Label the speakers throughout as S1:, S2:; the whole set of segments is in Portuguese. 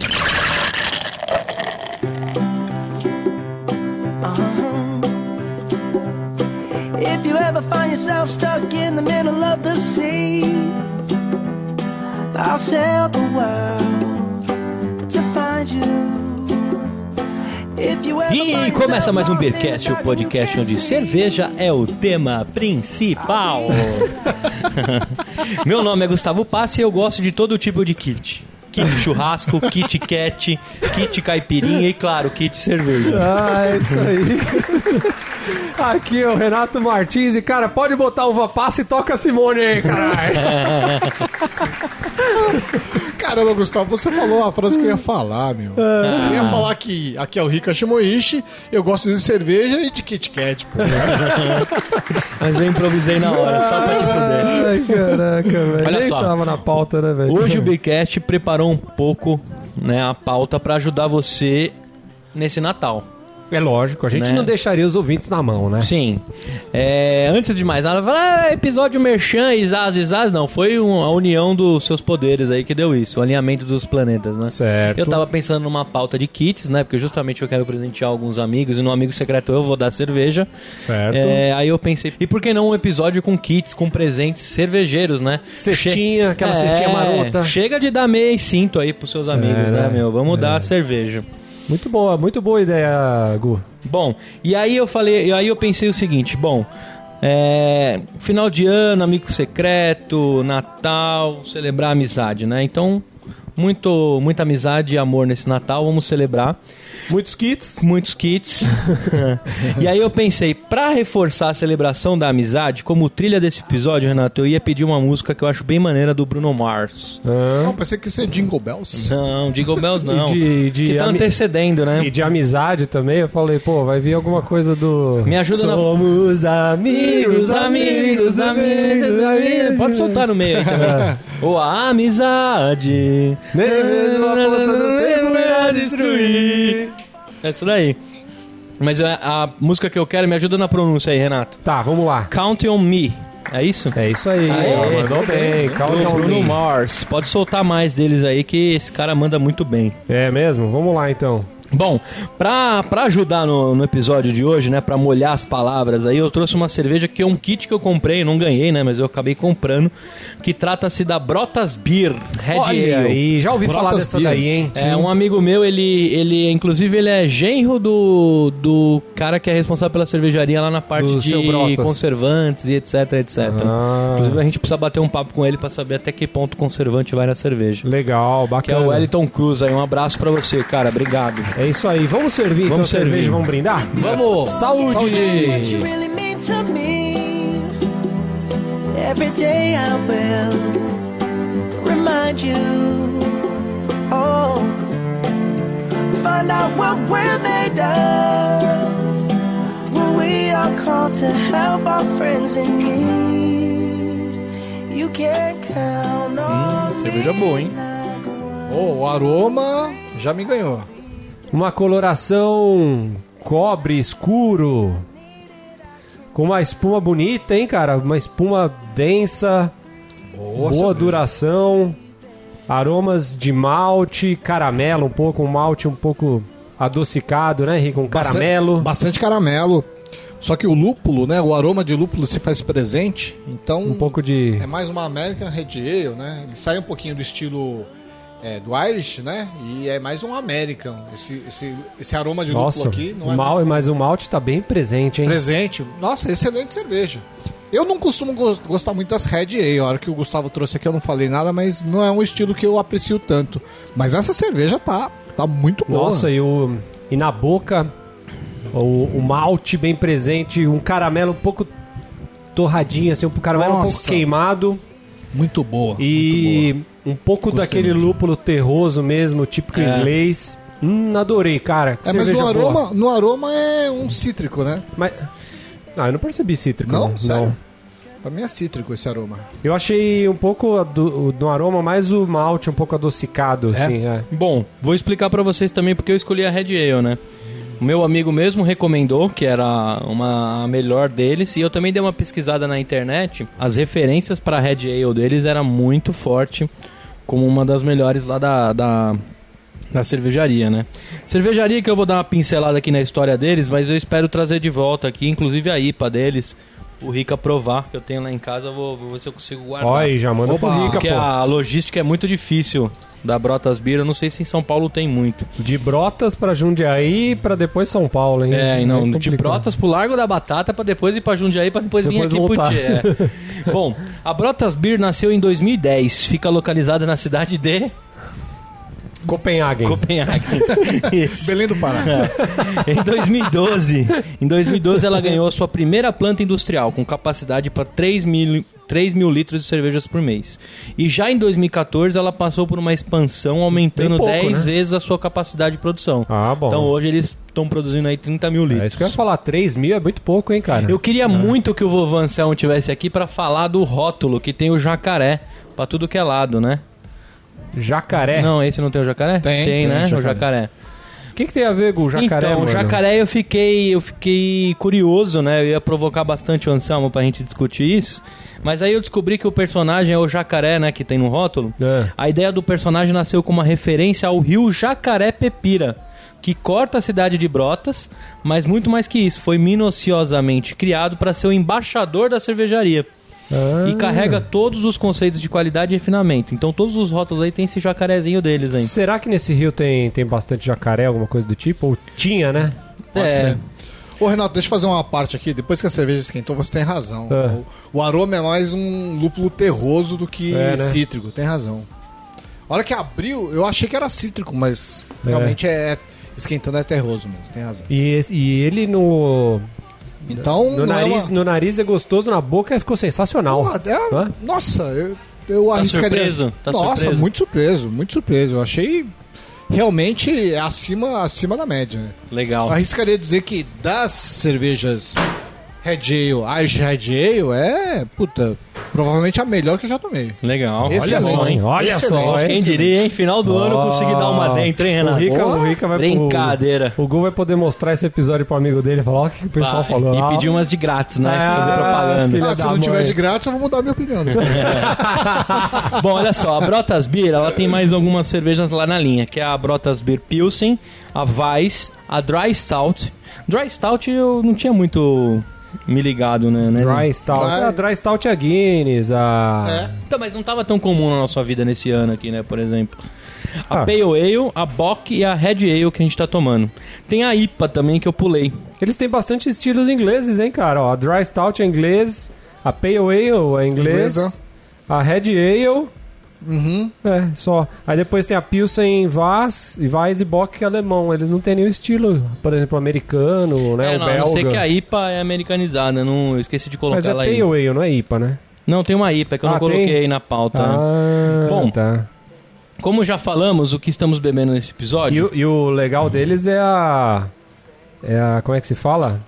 S1: Uh-huh. yourself stuck in the middle of the sea. I'll sail the world to find you. If you ever
S2: E
S1: find
S2: começa mais um
S1: yourself lost in
S2: Beercast, o
S1: dark and you
S2: podcast
S1: can't see.
S2: onde cerveja é o tema principal. Meu nome é Gustavo Passi e eu gosto de todo tipo de kit. Kit churrasco, kit cat, kit caipirinha e, claro, kit cerveja.
S3: Ah, é isso aí. Aqui é o Renato Martins e, cara, pode botar uva passa e toca a Simone aí, caralho.
S4: Caramba, Gustavo, você falou a frase que eu ia falar, meu. Eu ia falar que aqui é o Rika Shimoishi, eu gosto de cerveja e de Kit Kat, pô.
S2: Mas eu improvisei na hora, só pra te fuder.
S3: Ai, caraca, velho.
S2: Olha
S3: Nem
S2: só.
S3: tava na pauta, né, velho?
S2: Hoje o Beercast preparou um pouco né, a pauta pra ajudar você nesse Natal.
S3: É lógico, a gente
S2: Né?
S3: não deixaria os ouvintes na mão, né?
S2: Sim. É, antes de mais nada, falar ah, episódio merchan, Isaz, Isaz, não. Foi um- a união dos seus poderes aí que deu isso, o alinhamento dos planetas, né?
S4: Certo.
S2: Eu tava pensando numa pauta de kits, né? Porque justamente eu quero presentear alguns amigos e no amigo secreto eu vou dar cerveja.
S3: Certo.
S2: É, aí eu pensei, e por que não um episódio com kits, com presentes cervejeiros, né?
S3: Cestinha,
S2: Che- É,
S3: aquela cestinha marota.
S2: Chega de dar meia e cinto aí pros seus amigos,
S3: É,
S2: né,
S3: né?
S2: meu? Vamos dar cerveja.
S3: Muito boa, muito boa ideia, Gu.
S2: Bom, e aí eu falei, e aí eu pensei o seguinte, bom, é, final de ano, amigo secreto, Natal, celebrar a amizade, né? Então, muito, muita amizade e amor nesse Natal, vamos celebrar
S3: Muitos kits.
S2: muitos kits. e aí eu pensei, pra reforçar a celebração da amizade, como trilha desse episódio, Renato, eu ia pedir uma música que eu acho bem maneira do Bruno Mars.
S4: Não, pensei que isso é Jingle Bells.
S2: Não, Jingle Bells não.
S3: de- de
S2: que tá
S3: ami-
S2: antecedendo, né?
S3: E de amizade também, eu falei, pô, vai vir alguma coisa do.
S2: Me ajuda na-
S3: Somos
S2: Amigos,
S3: amigos,
S2: amigos, amigos, amigos. Pode soltar no meio aí também. Ou a amizade.
S3: É. Nem mesmo a força do tempo irá destruir.
S2: É isso daí. Mas a, a música que eu quero me ajuda na pronúncia aí, Renato.
S3: Tá, vamos lá.
S2: Count on me. É isso?
S3: É isso aí,
S2: Aê.
S3: ó, mandou bem,
S2: Do
S3: calma
S2: Bruno
S3: aí.
S2: Mars. Pode soltar mais deles aí que esse cara manda muito bem.
S3: É mesmo? Vamos lá então.
S2: Bom, pra, pra ajudar no, no episódio de hoje, né, pra molhar as palavras aí, eu trouxe uma cerveja que é um kit que eu comprei, não ganhei, né, mas eu acabei comprando, que trata-se da Brotas Beer Red
S3: Olha
S2: Ale.
S3: aí, já ouvi falar
S4: Brotas
S3: dessa
S4: Beer.
S3: daí, hein?
S2: É, um amigo meu, ele, ele inclusive, ele é genro do, do cara que é responsável pela cervejaria lá na parte
S3: Do
S2: de
S3: seu Brotas.
S2: conservantes e etc, etc.
S3: Ah.
S2: Inclusive, a gente precisa bater um papo com ele pra saber até que ponto conservante vai na cerveja.
S3: Legal,
S2: Que é
S3: bacana.
S2: o Wellington Cruz aí, um abraço pra você, cara, obrigado.
S3: É isso aí, vamos servir então
S2: Vamos servir.
S3: cerveja, vamos brindar?
S4: Vamos!
S3: Saúde!
S1: what you really mean to me. Every day I will remind you. Oh, find out what we're made of when we are called to help our friends in need. You can count on
S2: cerveja
S1: me
S2: boa, hein?
S1: like one.
S4: Ô, o aroma já me ganhou.
S3: Uma coloração cobre escuro. Com uma espuma bonita, hein, cara? Uma espuma densa,
S4: Boa,
S3: boa
S4: cerveja.
S3: duração. Aromas de malte, caramelo um pouco, um malte um pouco adocicado, né, Rico? Um
S4: Bastan-
S3: caramelo.
S4: Bastante caramelo. Só que o lúpulo, né? O aroma de lúpulo se faz presente, então
S3: Um pouco de.
S4: é mais uma American Red Ale, né? Ele sai um pouquinho do estilo é, do Irish, né? E é mais um American. Esse, esse, esse aroma de
S3: Nossa,
S4: lúpulo aqui não é
S3: mal, mas o malte tá bem presente, hein?
S4: Presente. Nossa, excelente cerveja. Eu não costumo gos- gostar muito das Red Ale. A hora que o Gustavo trouxe aqui eu não falei nada, mas não é um estilo que eu aprecio tanto. Mas essa cerveja tá, tá muito boa.
S3: Nossa, e, o, e na boca, o, o malte bem presente, um caramelo um pouco torradinho, assim, um caramelo um pouco
S4: Nossa.
S3: queimado
S4: muito boa. muito
S3: e um pouco
S4: Gostei
S3: daquele
S4: muito.
S3: lúpulo terroso mesmo, típico
S2: É.
S3: inglês. Hum, adorei, cara. Que
S4: boa. É, mas
S3: cerveja
S4: no
S3: boa.
S4: aroma, no aroma é um cítrico, né?
S3: Mas- Ah, eu não percebi cítrico.
S4: Não? Sério? Pra mim é cítrico esse aroma.
S3: Eu achei um pouco a do, o- do aroma mais o malte, um pouco adocicado,
S4: É?
S3: assim. é.
S2: Bom, vou explicar pra vocês também porque eu escolhi a Red Ale, né? O meu amigo mesmo recomendou que era uma a melhor deles e eu também dei uma pesquisada na internet. As referências pra Red Ale deles era muito forte, como uma das melhores lá da, da da cervejaria, né? Cervejaria que eu vou dar uma pincelada aqui na história deles, mas eu espero trazer de volta aqui, inclusive a IPA deles, o Rica provar, que eu tenho lá em casa, eu vou, vou ver se eu consigo guardar.
S3: Ó, aí, já manda
S4: Oba.
S3: pro Rica,
S2: Porque
S3: pô.
S2: a logística é muito difícil da Brotas Beer, eu não sei se em São Paulo tem muito.
S3: De Brotas pra Jundiaí pra depois São Paulo, hein?
S2: É, e não, de
S3: complicado.
S2: Brotas pro Largo da Batata pra depois ir pra Jundiaí pra depois,
S3: Depois
S2: vir aqui
S3: voltar.
S2: pro Tchê. é. Bom, a Brotas Beer nasceu em 2010, fica localizada na cidade de
S3: Copenhague.
S2: Copenhague. Isso.
S4: Belém do Pará.
S2: Em 2012, em 2012 ela ganhou a sua primeira planta industrial, com capacidade para 3 mil, 3 mil litros de cervejas por mês. E já em 2014 ela passou por uma expansão, aumentando
S3: Bem pouco,
S2: 10
S3: né?
S2: vezes a sua capacidade de produção.
S3: Ah, bom.
S2: Então hoje eles estão produzindo aí 30 mil
S3: É
S2: litros.
S3: isso que eu ia falar, É. 3 mil é muito pouco, hein, cara?
S2: Eu queria muito que o vovô Anselmo tivesse aqui para falar do rótulo que tem o jacaré para tudo que é lado, né?
S3: Jacaré.
S2: Não, esse não tem o jacaré?
S4: Tem, tem
S2: né?
S4: o
S2: O
S4: jacaré.
S2: jacaré.
S3: O que, que tem a ver com o jacaré,
S2: então,
S3: mano?
S2: o jacaré eu fiquei, eu fiquei curioso, né? Eu ia provocar bastante o Anselmo pra gente discutir isso. Mas aí eu descobri que o personagem é o jacaré, né? Que tem no rótulo.
S3: É.
S2: A ideia do personagem nasceu como uma referência ao rio Jacaré Pepira, que corta a cidade de Brotas, mas muito mais que isso, foi minuciosamente criado para ser o embaixador da cervejaria.
S3: Ah.
S2: E carrega todos os conceitos de qualidade e refinamento. Então todos os rótulos aí tem esse jacarezinho deles aí.
S3: Será que nesse rio tem, tem bastante jacaré, alguma coisa do tipo? Ou tinha, né?
S4: Pode
S2: É.
S4: ser. Ô, Renato, deixa eu fazer uma parte aqui. Depois que a cerveja esquentou, você tem razão.
S3: É.
S4: O, o aroma é mais um lúpulo terroso do que
S3: É, né?
S4: cítrico. Tem razão. A hora que abriu, eu achei que era cítrico, mas
S3: É.
S4: realmente é... Esquentando é terroso mesmo, tem razão.
S3: E, esse- e ele no,
S4: Então,
S3: no,
S4: não é
S3: nariz,
S4: uma-
S3: no nariz é gostoso, na boca ficou sensacional.
S4: Porra, é-
S3: Hã?
S4: Nossa, eu, eu arriscaria.
S2: surpreso? Tá
S4: Nossa,
S2: surpreso?
S4: muito surpreso, muito surpreso. Eu achei realmente acima, acima da média. né?
S2: Legal.
S4: Eu arriscaria dizer que das cervejas Red Ale, Irish Red Ale, é, puta, provavelmente a melhor que eu já tomei.
S2: Legal.
S4: Esse
S2: Olha
S4: é
S2: só,
S4: bom,
S2: hein?
S3: Olha só,
S4: Excelente.
S2: Quem
S3: hein?
S2: diria, hein? Final do ano
S3: Ó,
S2: consegui dar uma dentro, hein,
S3: O
S2: Renato?
S3: Rica, o
S4: Porra,
S3: Rica vai
S2: brincadeira.
S3: O, o Gol vai poder mostrar esse episódio pro amigo dele e falar, ó, o que, que o pessoal
S2: Vai,
S3: falou.
S2: E
S3: Ah,
S2: pedir umas de grátis, né?
S3: Ah,
S2: fazer propaganda.
S3: filha
S4: Ah, se
S3: da
S4: não
S3: mãe.
S4: tiver de grátis, eu vou mudar a minha opinião. né? depois.
S2: Bom, olha só, a Brotas Beer, ela tem mais algumas cervejas lá na linha, que é a Brotas Beer Pilsen, a Weiss, a Dry Stout. Dry Stout eu não tinha muito me ligado, né? né?
S3: Dry Stout.
S4: Dry-
S3: A Dry Stout é a Guinness, ah. a...
S4: é.
S2: Então, mas não tava tão comum na nossa vida nesse ano aqui, né? Por exemplo. A
S3: Ah.
S2: Pale Ale, a Bock e a Red Ale que a gente tá tomando. Tem a IPA também que eu pulei.
S3: Eles têm bastante estilos ingleses, hein, cara? Ó, a Dry Stout é inglês, a Pale Ale é inglês,
S4: Inglesa.
S3: a Red Ale
S4: Uhum.
S3: é só. Aí depois tem a Pilsen Vaz, e Weiss e Bock que é alemão. Eles não têm nenhum estilo, por exemplo, americano, né?
S2: É,
S3: o
S2: não, a
S3: belga.
S2: não ser que a IPA é americanizada, não eu esqueci de colocar
S3: Mas é
S2: ela aí.
S3: Pale Ale, não é IPA, né?
S2: Não, tem uma IPA que eu
S3: Ah,
S2: não coloquei
S3: tem?
S2: aí na pauta. né?
S3: Ah,
S2: Bom,
S3: tá.
S2: Como já falamos, o que estamos bebendo nesse
S3: E,
S2: episódio
S3: o- e o legal deles é a... É a... Como é que se fala?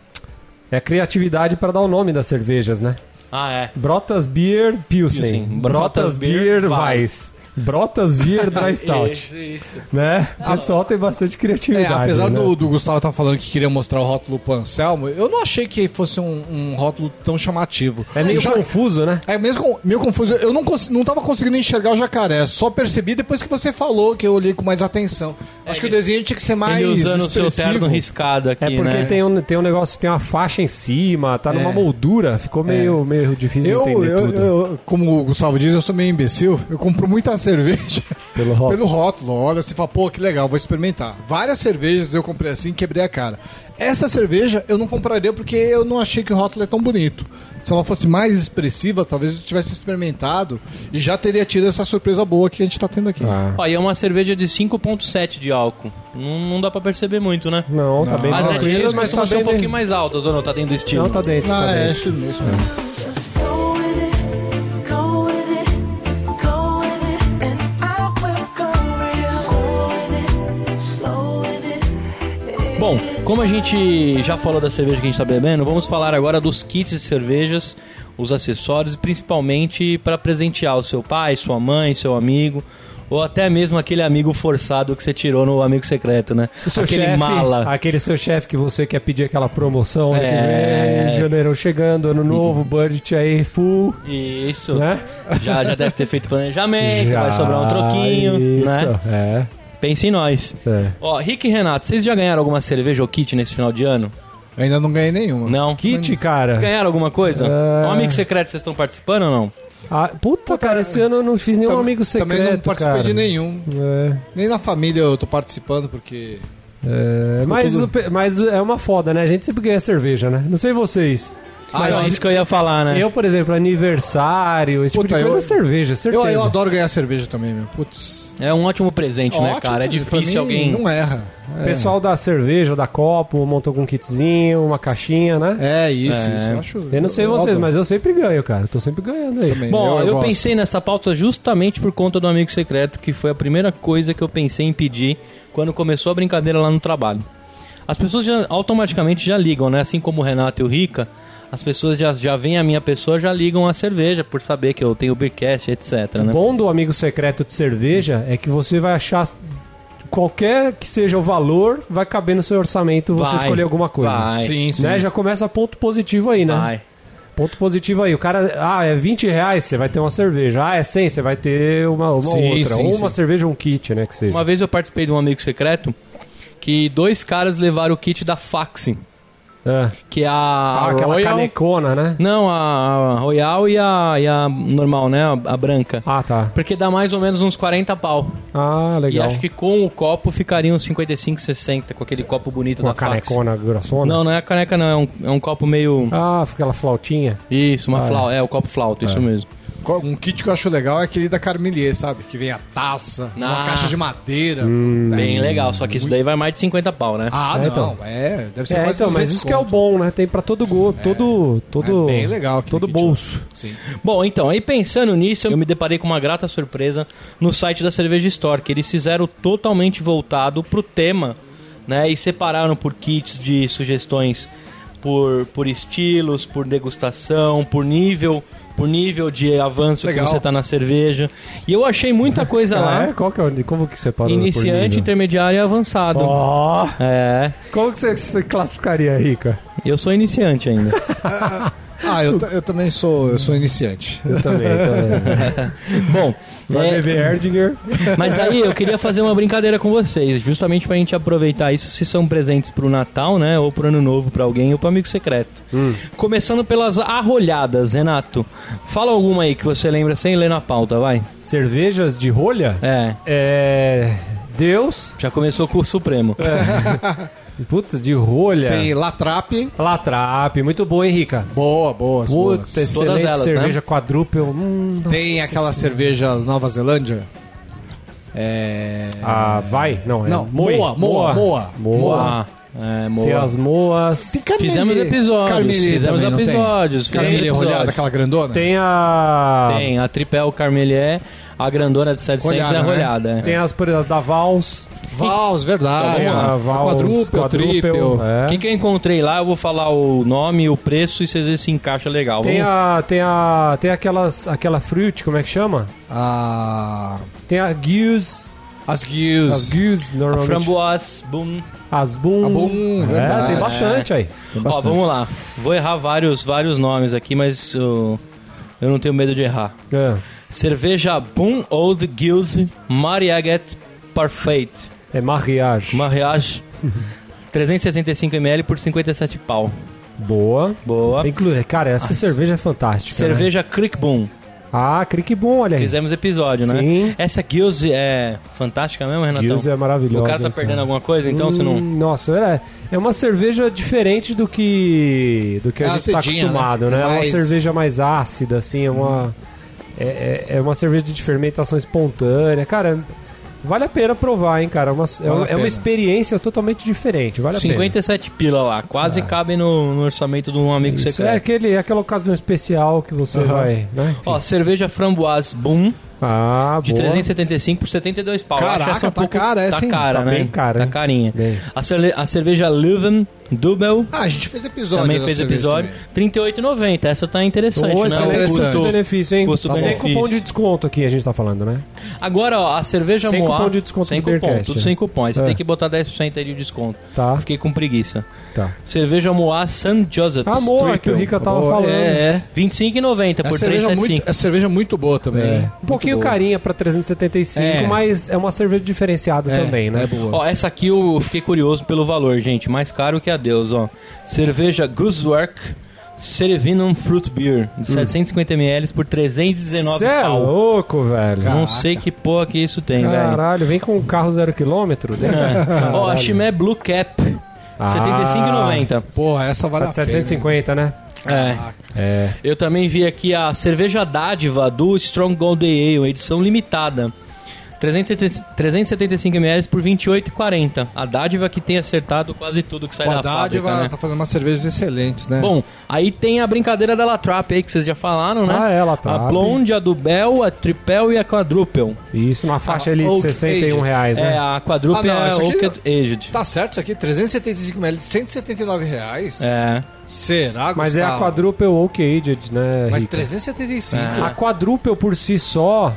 S3: É a criatividade para dar o nome das cervejas, né?
S2: Ah, é.
S3: Brotas Beer Pilsen.
S2: Pilsen.
S3: Brotas,
S2: Brotas Beer
S3: Beer
S2: Weiss.
S3: Weiss. Brotas Beer Dry Stout.
S2: Isso, isso.
S3: né? O pessoal tem bastante
S4: É,
S3: criatividade.
S4: apesar
S3: né?
S4: do, do Gustavo estar falando que queria mostrar o rótulo pro Anselmo, eu não achei que fosse um, um rótulo tão chamativo.
S3: É meio
S4: O ja-
S3: confuso, né?
S4: É mesmo com- meio confuso. Eu não, cons- não tava conseguindo enxergar o jacaré. Só percebi depois que você falou que eu olhei com mais atenção. Acho que o desenho tinha que ser mais.
S2: É, Ele usando o seu
S4: expressivo.
S2: terno riscado aqui,
S3: É porque
S2: né?
S3: tem, um, tem um negócio, tem uma faixa em cima, tá numa
S4: É.
S3: moldura, ficou meio, meio difícil de
S4: Eu,
S3: entender
S4: eu,
S3: tudo.
S4: eu- como o Gustavo diz, eu sou meio imbecil. Eu compro muita cerveja
S3: Pelo rótulo.
S4: pelo rótulo. Olha, você fala, pô, que legal, vou experimentar. Várias cervejas eu comprei assim e quebrei a cara. Essa cerveja eu não compraria porque eu não achei que o rótulo é tão bonito. Se ela fosse mais expressiva, talvez eu tivesse experimentado e já teria tido essa surpresa boa que a gente tá tendo aqui.
S3: Ah.
S2: Ó, e é uma cerveja de 5.7 de álcool. Não, não dá pra perceber muito, né?
S3: Não, tá bem
S2: Mas
S4: Não,
S2: é
S4: mas
S2: de
S4: eles
S2: mas
S3: mas tá
S2: costuma ser um
S3: bem
S2: pouquinho
S3: dentro.
S2: mais altas, ou não? Tá dentro do estilo.
S3: Não, tá dentro.
S4: Ah,
S3: tá
S4: é,
S3: dentro.
S4: isso mesmo.
S1: Just go with it, go with it, go with it, and I will go real slow with it, slow with it.
S2: Bom, como a gente já falou da cerveja que a gente tá bebendo, vamos falar agora dos kits de cervejas, os acessórios, e principalmente para presentear o seu pai, sua mãe, seu amigo, ou até mesmo aquele amigo forçado que você tirou no amigo secreto, né?
S3: O seu
S2: aquele
S3: chefe,
S2: mala.
S3: Aquele seu chefe que você quer pedir aquela promoção, né,
S2: É.
S3: que vem, janeirão chegando, ano novo, budget aí, full,
S2: Isso.
S3: né?
S2: Já, já deve ter feito planejamento, vai sobrar um troquinho, né?
S3: Isso, é.
S2: Pense em nós.
S3: É.
S2: Ó, Rick e Renato, vocês já ganharam alguma cerveja ou kit nesse final de ano?
S4: Eu ainda não ganhei nenhuma.
S2: Não.
S3: Kit, cara.
S2: Ganharam alguma coisa?
S3: É.
S2: O Amigo Secreto, vocês estão participando ou não?
S3: Ah, puta, cara,
S4: Puta,
S3: esse ano eu não fiz nenhum
S4: Tam-
S3: um amigo secreto.
S4: Também não participei
S3: cara.
S4: de nenhum.
S3: É.
S4: Nem na família eu tô participando, porque.
S3: É, mas,
S4: tudo-
S3: o pe- mas é uma foda, né? A gente sempre ganha cerveja, né? Não sei vocês.
S4: Ah,
S2: é
S4: eu-
S2: isso que eu ia falar, né?
S3: Eu, por exemplo, aniversário, esse tipo
S4: Puta,
S3: de coisa
S4: eu-
S3: é cerveja, certeza.
S4: eu, eu adoro ganhar cerveja também, meu. Putz.
S2: É um ótimo presente, né,
S4: Ótimo,
S2: cara? É
S4: pra mim,
S2: difícil alguém.
S4: Não erra.
S3: O
S4: É,
S3: pessoal da cerveja, da copo, montou com um kitzinho, uma caixinha, né?
S4: é isso,
S2: É.
S4: isso. Eu, acho,
S3: Eu não sei vocês,
S4: adoro.
S3: mas eu sempre ganho, cara. Eu Tô sempre ganhando aí.
S4: Também,
S2: Bom, eu,
S4: gosto.
S2: pensei nessa pauta justamente por conta do Amigo Secreto, que foi a primeira coisa que eu pensei em pedir quando começou a brincadeira lá no trabalho. As pessoas já, automaticamente já ligam, né? Assim como o Renato e o Rica, as pessoas já, já veem a minha pessoa, já ligam a cerveja por saber que eu tenho o Beercast, etc,
S3: O
S2: né?
S3: É bom do amigo secreto de cerveja é que você vai achar qualquer que seja o valor, vai caber no seu orçamento você
S2: Vai,
S3: escolher alguma coisa.
S2: vai,
S4: Sim, sim.
S3: Né? Já começa ponto positivo aí, né?
S2: vai.
S3: Ponto positivo aí. O cara, ah, é 20 reais, você vai ter uma cerveja. Ah, é 100, você vai ter uma, uma
S4: Sim,
S3: outra.
S4: sim,
S3: Ou uma
S4: sim.
S3: cerveja ou um kit, né? Que seja.
S2: Uma vez eu participei de um Amigo Secreto que dois caras levaram o kit da Faxi,
S3: É.
S2: que é a
S3: Ah, aquela
S2: Royal...
S3: canecona, né?
S2: Não, a, a Royal e a, e a normal, né? A- a branca.
S3: Ah, tá.
S2: Porque dá mais ou menos uns 40 pau.
S3: Ah, legal.
S2: E acho que com o copo ficariam uns 55, 60, com aquele copo bonito
S3: Com
S2: é da
S3: a
S2: Fax.
S3: canecona grossona.
S2: Não, não é a caneca, não. É um, é um copo meio.
S3: Ah, fica aquela flautinha.
S2: Isso, uma
S3: Ah, é.
S2: flauta. É, o copo flauta, isso mesmo.
S4: Co- Um kit que eu acho legal é aquele da Carmelier, sabe? Que vem a taça,
S2: Ah.
S4: uma caixa de madeira.
S2: Bem legal, só que isso daí vai mais de 50 pau, né?
S4: Ah,
S3: Hum. É,
S4: não.
S3: então.
S4: É, deve ser
S3: É,
S4: mais
S3: então, mas
S4: 200
S3: isso que é o
S4: conto.
S3: bom, né? Tem pra todo gosto, todo, todo...
S4: É bem legal aquele
S3: Todo
S4: kit
S3: bolso.
S4: lá. Sim.
S2: Bom, então, aí pensando nisso, eu me deparei com uma grata surpresa no site da Cerveja Store, que eles fizeram totalmente voltado pro tema, né? E separaram por kits de sugestões por, por estilos, por degustação, por nível, por nível de avanço
S4: Legal.
S2: que você tá na cerveja. E eu achei muita coisa
S3: Ah,
S2: lá.
S3: é? Qual que é o... Como que você parou por
S2: Iniciante,
S3: nível?
S2: intermediário e avançado.
S3: Ó,
S2: É,
S3: como que você, você classificaria, Rica?
S2: eu sou iniciante ainda.
S4: Ah, eu, ta- eu também sou, eu sou iniciante.
S3: Eu também, também.
S2: Bom,
S3: Vai
S2: é,
S3: beber Erdinger.
S2: Mas aí eu queria fazer uma brincadeira com vocês, justamente pra gente aproveitar isso, se são presentes pro Natal, né? Ou pro Ano Novo pra alguém ou pro amigo secreto.
S3: Hum.
S2: Começando pelas arrolhadas, Renato. Fala alguma aí que você lembra sem ler na pauta, vai.
S3: Cervejas de rolha?
S2: É,
S3: É... Deus.
S2: já começou com o Supremo.
S3: É, Puta, de rolha.
S4: Tem Latrap.
S3: Latrap. Muito boa, hein, Rica?
S4: Boa, boas,
S3: Puta,
S4: boas.
S3: excelente
S2: Todas elas, né?
S3: cerveja quadruple. Hum, nossa.
S4: Tem aquela cerveja Nova Zelândia. É...
S3: Ah, vai? Não, é
S4: Não,
S3: Moi.
S4: Moa, Moa,
S3: Moa.
S4: Moa.
S3: Moa.
S2: Ah, é,
S3: Tem
S2: boa.
S3: as moas.
S4: Tem Carmelier.
S2: Fizemos episódios,
S4: Carmelier
S2: fizemos
S4: também, não tem?
S2: episódios, fizemos
S4: Carmelier
S2: episódios.
S4: rolhada, aquela grandona?
S3: Tem a...
S2: Tem a Tripel Carmelier, a grandona de 700 é
S4: Rolhada, né?
S2: arrolhada. é. Ah,
S3: Tem as, por exemplo, as da Vals.
S4: Vals, verdade.
S3: Tem a Vals
S4: quadruple,
S3: quadruple,
S4: triple.
S2: O
S3: é.
S2: que, que eu encontrei lá, eu vou falar o nome, o preço e vocês veem se encaixa legal.
S3: Tem
S2: Vamos-
S3: a... Tem a... Tem aquelas... Aquela fruit, como é que chama?
S4: Ah,
S3: Tem a Guise.
S4: as guias.
S3: As Guise,
S2: a
S3: normalmente.
S2: framboise, boom.
S3: As Boom.
S4: A Boom,
S3: é,
S4: verdade.
S3: tem bastante aí.
S2: Ó,
S4: bastante.
S2: vamos lá. Vou errar vários, vários nomes aqui, mas eu, eu não tenho medo de errar.
S3: É.
S2: Cerveja Boom Old Gills Mariaget Parfait.
S3: É Mariage.
S2: Mariage 365ml por 57 pau.
S3: Boa.
S2: Boa.
S3: Inclusive, cara, essa cerveja é fantástica. Né?
S2: Cerveja Crick Boom.
S3: Ah, crique bom, olha aí.
S2: Fizemos episódio, né?
S3: Sim.
S2: Essa Gills é fantástica mesmo, Renatão?
S3: Guise é maravilhosa.
S2: O cara tá
S3: hein,
S2: perdendo alguma coisa, então
S3: Hum,
S2: se não...
S3: Nossa, é, é uma cerveja diferente do que do que
S4: É
S3: a gente tá
S4: acidinha,
S3: acostumado, né?
S4: né?
S3: É uma
S4: Mais- Hum.
S3: cerveja mais ácida, assim, é uma é, é- é uma cerveja de fermentação espontânea, cara. Vale a pena provar, hein, cara. É uma, é,
S4: Vale a
S3: uma- é uma
S4: pena.
S3: experiência totalmente diferente. Vale a pena.
S2: 57 pila lá, quase cabe no, no orçamento de um amigo
S3: Ah. Isso é
S2: secreto.
S3: aquele, é aquela ocasião especial que você vai, né?
S2: Ó, cerveja framboise Boom
S3: Ah,
S2: de 375 por 72 pau.
S4: Caraca,
S2: Acho essa um
S4: tá
S2: pouco-
S4: cara essa,
S2: Tá
S4: hein?
S2: cara,
S3: Tá
S2: né?
S3: bem cara,
S2: Tá
S3: hein?
S2: carinha.
S3: Bem.
S2: A, cerve- a cerveja Leuven Dubel
S4: Ah, a gente fez episódio.
S2: também
S4: da
S2: fez
S4: cerveja
S2: episódio.
S4: também.
S2: 38,90. Essa tá interessante, né?
S3: Boa,
S2: O
S3: esse é
S4: interessante.
S2: custo-
S3: custo-benefício, hein?
S2: custo
S3: sem
S2: benefício.
S3: cupom de desconto aqui, a gente tá falando, né?
S2: Agora, ó, a cerveja
S3: Sem
S2: Moá...
S3: cupom de desconto
S2: Sem
S3: do
S2: cupom,
S3: Beercast,
S2: tudo
S3: né?
S2: sem cupom. Aí você
S3: É.
S2: tem que botar 10% aí de desconto.
S3: Tá,
S2: Fiquei com preguiça.
S3: tá.
S2: Cerveja Moá San Joseph's
S3: Amor, que o
S2: Triple.
S3: Rica tava
S4: Boa,
S3: falando.
S4: É, é.
S2: 25,90
S4: É
S2: por
S4: cerveja, muito,
S2: 375.
S4: é cerveja muito boa também.
S2: É.
S3: Um
S4: Muito
S3: pouquinho
S4: boa.
S3: carinha pra 375,
S4: É.
S3: mas é uma cerveja diferenciada
S4: É,
S3: também, né?
S4: É boa.
S2: Ó, essa aqui eu fiquei curioso pelo valor, gente. Mais caro que a a Deus, ó. Cerveja Goosework Cervinum Fruit Beer, de 750ml por 319
S3: Hum. Cê é
S2: pau.
S3: louco, velho.
S2: Não
S4: Caraca.
S2: sei que porra que isso tem, velho. É.
S3: Caralho, vem com um carro zero quilômetro. né?
S4: Ah,
S2: Ó, a Chimé Blue Cap,
S3: Ah.
S2: 75,90.
S4: Porra, essa vale
S3: Tá
S4: a
S3: de 750, né?
S2: É.
S4: pena.
S3: É.
S2: Eu também vi aqui a cerveja dádiva do Strong Golden Ale, edição limitada. 375ml por 28,40. A dádiva que tem acertado quase tudo que sai
S4: Caraca. O
S2: da
S4: Haddad
S2: fábrica,
S4: vai-
S2: né?
S4: tá fazendo umas cervejas excelentes,
S3: É.
S4: né?
S2: Bom, aí tem a brincadeira da Latrap aí, que vocês já falaram, né?
S3: Ah, é, Latrap.
S2: A Blonde, a Dubel, a Tripel e a Quadruple.
S3: Isso, uma faixa ali de
S4: Old
S3: 61
S4: Aged.
S3: reais,
S2: É,
S3: né?
S2: a Quadruple
S4: Ah, não,
S2: é
S4: essa
S2: a
S4: aqui-
S2: Oaked Aged.
S4: Tá certo isso aqui? 375 ml, 179 reais?
S2: É.
S4: Será, Gustavo?
S3: Mas é a quadruple oak aged,
S2: É
S3: né,
S4: Mas
S3: Rica?
S4: 375?
S2: Ah,
S3: A quadruple por si só